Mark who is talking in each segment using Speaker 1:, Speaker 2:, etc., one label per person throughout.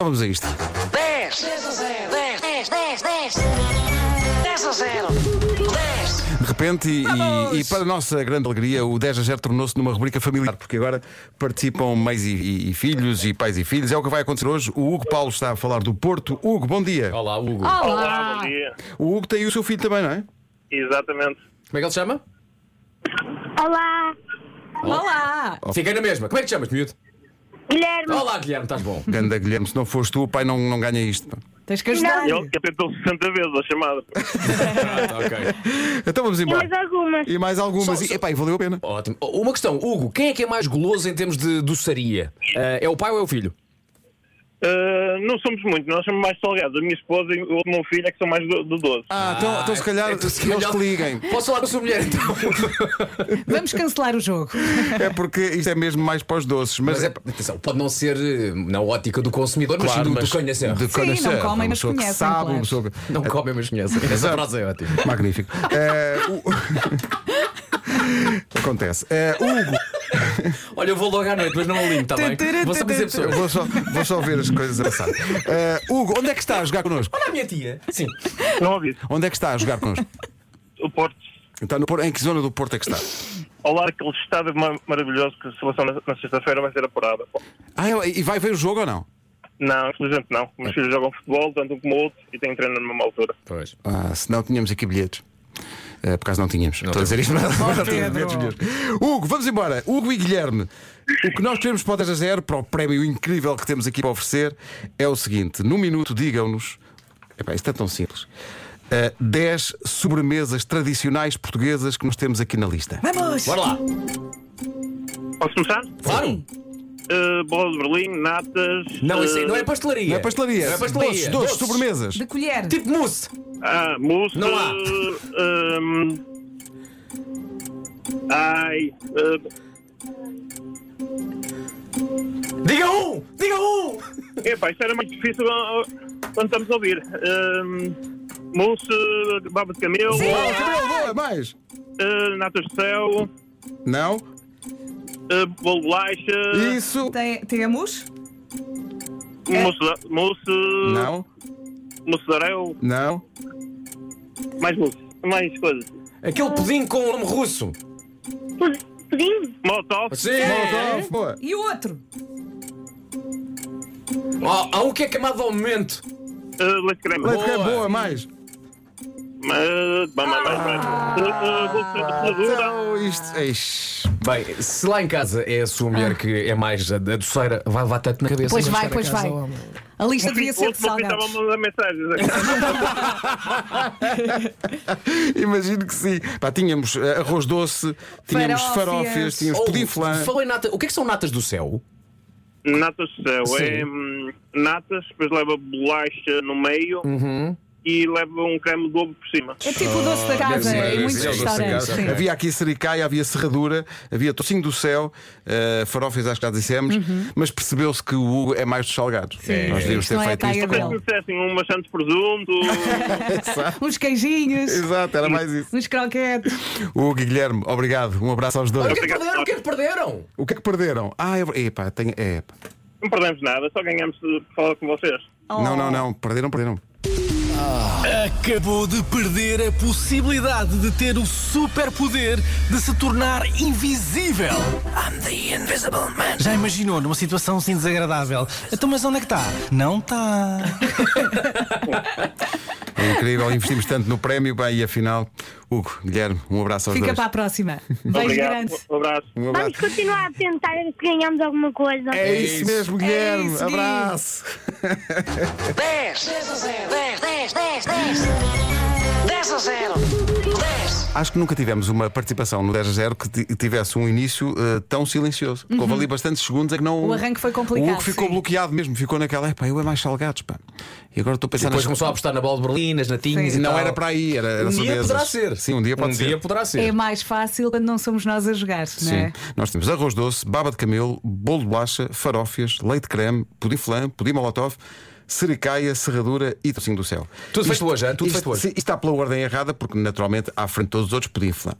Speaker 1: Vamos a isto.
Speaker 2: 10 10 10 10 10 10 a 0 10
Speaker 1: De repente, e, e- e para a nossa grande alegria, o 10 a 0 tornou-se numa rubrica familiar, porque agora participam mães e, e- e filhos e pais e filhos. É o que vai acontecer hoje. O Hugo Paulo está a falar do Porto. Hugo, bom dia.
Speaker 3: Olá, Hugo. Ah.
Speaker 4: Olá, bom dia.
Speaker 1: O Hugo tem o seu filho também, não é?
Speaker 4: Exatamente.
Speaker 3: Como é que ele se chama?
Speaker 5: Olá,
Speaker 6: Olá!
Speaker 3: Fiquei na mesma. Como é que te chamas, miúdo?
Speaker 5: Guilherme.
Speaker 3: Olá, Guilherme, estás bom.
Speaker 1: Ganda Guilherme, se não fores tu, o pai não, não ganha isto. pá.
Speaker 6: Tens que ajudar.
Speaker 4: Ele que tentou 60 vezes a chamada.
Speaker 3: Pronto, ok.
Speaker 1: Então vamos
Speaker 5: E mais
Speaker 1: embora.
Speaker 5: algumas.
Speaker 1: E mais algumas.
Speaker 3: Só-
Speaker 1: E,
Speaker 3: só-
Speaker 1: epá, e valeu a pena.
Speaker 3: Ótimo. Oh, Uma questão, Hugo, quem é que é mais goloso em termos de doçaria? Ah, é o pai ou é o filho?
Speaker 4: Uh, não somos muito, nós somos mais salgados. A minha esposa e o meu filho é que são mais do, do doce.
Speaker 1: Ah, então, então se calhar,
Speaker 3: então
Speaker 1: se eles que liguem.
Speaker 3: Posso falar com a sua mulher então?
Speaker 6: Vamos cancelar o jogo.
Speaker 1: É porque isto é mesmo mais para os doces. Mas,
Speaker 3: Mas é, atenção, pode não ser eh, na ótica do consumidor, mas
Speaker 1: Claro,
Speaker 3: sim do,
Speaker 1: mas-
Speaker 3: do conhecer.
Speaker 1: de conhecer.
Speaker 6: não comem,
Speaker 1: Uma
Speaker 6: mas
Speaker 1: pessoa que
Speaker 6: conhecem,
Speaker 1: Sabe,
Speaker 6: claro.
Speaker 1: uma pessoa que-
Speaker 3: Não comem, mas conhecem. Essa frase é ótima.
Speaker 1: Magnífico. Eh, o- Acontece. Eh, Hugo,
Speaker 3: Olha, eu vou logo à noite, mas não ao limpo, está bem? Vou só dizer pessoas.
Speaker 1: eu vou só, vou só ver as coisas a passar. Eh, Hugo, onde é que está a jogar connosco?
Speaker 3: Olha a minha tia. Sim.
Speaker 4: Não ouvi isso.
Speaker 1: Onde é que está a jogar connosco?
Speaker 4: O Porto,
Speaker 1: Então, no Porto- em que zona do Porto é que está?
Speaker 4: ao lar aquele estado ma- maravilhoso que a seleção na, na sexta-feira vai ser apurada.
Speaker 1: Ah, e vai ver o jogo ou não?
Speaker 4: Não, infelizmente não.
Speaker 3: Ah.
Speaker 4: Meus filhos jogam futebol, tanto um como o outro, e têm treino na mesma altura.
Speaker 3: Pois.
Speaker 1: Ah, se não tínhamos aqui bilhetes. Eh, por acaso não tínhamos. Estou a dizer isto, mas mas não tínhamos bilhetes nenhuns.
Speaker 6: Pedro.
Speaker 1: Hugo, vamos embora. Hugo e Guilherme, o que nós queremos para o 10 a 0, para o prémio incrível que temos aqui para oferecer, é o seguinte: num minuto, digam-nos. Epá, isto é tão simples. eh, 10 sobremesas tradicionais portuguesas que nós temos aqui na lista.
Speaker 6: Vamos!
Speaker 3: Bora lá.
Speaker 4: Posso começar?
Speaker 3: Claro.
Speaker 4: Uh, bola de Berlim, natas.
Speaker 3: Não, isso aí
Speaker 4: uh,
Speaker 3: não é pastelaria.
Speaker 1: Não é pastelaria,
Speaker 3: Não é pastelaria.
Speaker 1: doces, doces, sobremesas. Ah,
Speaker 6: De colher.
Speaker 3: Tipo mousse.
Speaker 4: Ah, mousse.
Speaker 3: Não há.
Speaker 4: uh, um, ai. Uh,
Speaker 3: Diga um! Diga um!
Speaker 4: Epá, isto era muito difícil ah, ah, quando estamos a ouvir. Ahm, mousse, baba de camelo,
Speaker 1: Ah, cabelo, boa, mais.
Speaker 4: ah, natas de céu,
Speaker 1: Não?
Speaker 4: ah, bolo de bolacha,
Speaker 1: Isso? É.
Speaker 6: Tem- temos.
Speaker 4: mousse, de- mousse,
Speaker 1: Não?
Speaker 4: mousse de areu,
Speaker 1: Não?
Speaker 4: mais mousse, mais coisas.
Speaker 3: Aquele pudim com o nome russo.
Speaker 5: Pu- Pudim?
Speaker 4: Molotov,
Speaker 1: Molotov, boa.
Speaker 6: E o outro?
Speaker 3: Há, há um que é queimado ao momento.
Speaker 4: ah, leite de creme,
Speaker 1: Leite que é
Speaker 3: Boa.
Speaker 1: boa, mais.
Speaker 4: Ah, mais, mais, mais, mais. Ah, ah, bolsa de ferradura,
Speaker 1: Então, isto. Eish.
Speaker 3: Bem, se lá em casa é a sua mulher que é mais a, a doceira, vai levar tanto na cabeça.
Speaker 6: Pois
Speaker 3: quando
Speaker 6: vai,
Speaker 3: chegar a
Speaker 6: pois
Speaker 3: casa.
Speaker 6: vai. A lista devia ser de
Speaker 4: Outro ouvinte estava a
Speaker 6: salgados.
Speaker 4: mandar mensagens.
Speaker 1: Imagino que sim. Pá, tínhamos eh, arroz doce, tínhamos
Speaker 6: Farófias.
Speaker 1: farófias, tínhamos
Speaker 3: Oh,
Speaker 1: pudim flan.
Speaker 3: falou em nata- O que é que são natas do céu?
Speaker 4: é. Natas de céu,
Speaker 3: Sim.
Speaker 4: é hum, natas, depois leva bolacha no meio
Speaker 1: Uhum.
Speaker 4: e leva um creme de ovo por cima.
Speaker 6: É tipo o doce da casa
Speaker 1: Ah, ser,
Speaker 6: em
Speaker 1: deve
Speaker 6: muitos
Speaker 1: ser, deve ser
Speaker 6: restaurantes.
Speaker 3: casa.
Speaker 6: sim.
Speaker 3: Ok.
Speaker 1: Havia aqui sericaia, havia serradura, havia tocinho do céu, eh, farófias, acho que já dissemos, mas percebeu-se que o Hugo é mais dos salgados.
Speaker 6: Uhum. Sim.
Speaker 1: Nós devíamos
Speaker 6: Isto
Speaker 1: ter
Speaker 6: não é
Speaker 1: feito
Speaker 6: taia
Speaker 1: isto.
Speaker 4: Mas se me dissessem um machado de presunto,
Speaker 6: Uns queijinhos,
Speaker 1: Exato, era mais isso.
Speaker 6: uns croquetes.
Speaker 1: O Guilherme, obrigado. Um abraço aos
Speaker 3: O
Speaker 1: dois.
Speaker 3: que é que
Speaker 4: Obrigado.
Speaker 3: perderam? O que é que perderam?
Speaker 1: O que é que perderam? Ah, é. Epá, tenho... é, pá.
Speaker 4: não perdemos nada, só ganhamos de falar com vocês.
Speaker 6: Oh.
Speaker 1: Não, não, não. Perderam, perderam.
Speaker 7: Acabou de perder a possibilidade de ter o superpoder de se tornar invisível. I'm the invisible man. Já imaginou numa situação assim desagradável? Então, mas onde é que está? Não tá. está.
Speaker 1: É incrível. Investimos tanto no prémio, pá, e afinal, Hugo, Guilherme, um abraço aos
Speaker 6: Fica
Speaker 1: dois.
Speaker 6: para a próxima. Beijo
Speaker 4: Obrigado,
Speaker 6: grande.
Speaker 4: um abraço.
Speaker 1: Um abraço.
Speaker 5: Vamos continuar a tentar ver se ganhamos alguma coisa.
Speaker 1: É isso mesmo, Guilherme.
Speaker 6: isso, Gui.
Speaker 1: Abraço.
Speaker 2: 10 10 10 10 10 a 0 10
Speaker 1: Acho que nunca tivemos uma participação no 10 a 0 que ti- tivesse um início eh, tão silencioso. Houve ali bastantes segundos em que não.
Speaker 6: Uhum. O arranque foi complicado,
Speaker 1: O Hugo ficou
Speaker 6: sim.
Speaker 1: bloqueado mesmo, ficou naquela. Epá, eu é mais salgados, pá. E agora estou a pensar
Speaker 3: Depois
Speaker 1: nas-
Speaker 3: começou a apostar na bola de Berlim, nas natinhas
Speaker 6: Sim.
Speaker 3: e
Speaker 1: Não
Speaker 3: tal.
Speaker 1: era para aí, era, era
Speaker 3: Um
Speaker 1: só
Speaker 3: dia
Speaker 1: dessas.
Speaker 3: poderá ser.
Speaker 1: Sim, um dia pode
Speaker 3: um
Speaker 1: ser.
Speaker 3: dia poderá ser.
Speaker 6: É mais fácil quando não somos nós a jogar, não
Speaker 1: Sim.
Speaker 6: é?
Speaker 1: Nós temos arroz doce, baba de camelo, bolo de bolacha, farófias, leite de creme, pudim flan, pudim molotov, sericaia, serradura e tocinho do céu.
Speaker 3: Tudo feito hoje, é? Tudo
Speaker 1: isto,
Speaker 3: feito hoje.
Speaker 1: sim, isto está pela ordem errada, porque naturalmente à frente de todos os outros pudim flan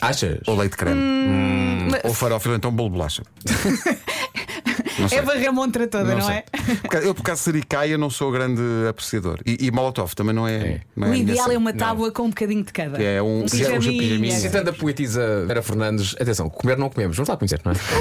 Speaker 3: Achas?
Speaker 1: ou leite de creme.
Speaker 6: Hum, Mas-
Speaker 1: Ou farófilo, então bolo de bolacha.
Speaker 6: É barra montra toda, não,
Speaker 1: sei.
Speaker 6: é?
Speaker 1: Por acaso- Eu, por acaso, Sericaia não sou grande apreciador. E, e Molotov também não é. não é
Speaker 6: O
Speaker 1: a minha
Speaker 6: ideal é
Speaker 1: cena.
Speaker 6: uma tábua com um bocadinho de cada.
Speaker 1: É um- é um
Speaker 6: pijaminha.
Speaker 1: pijaminha.
Speaker 3: Citando a poetisa Vera Fernandes, atenção, comer não comemos, vamos lá conhecer, não é?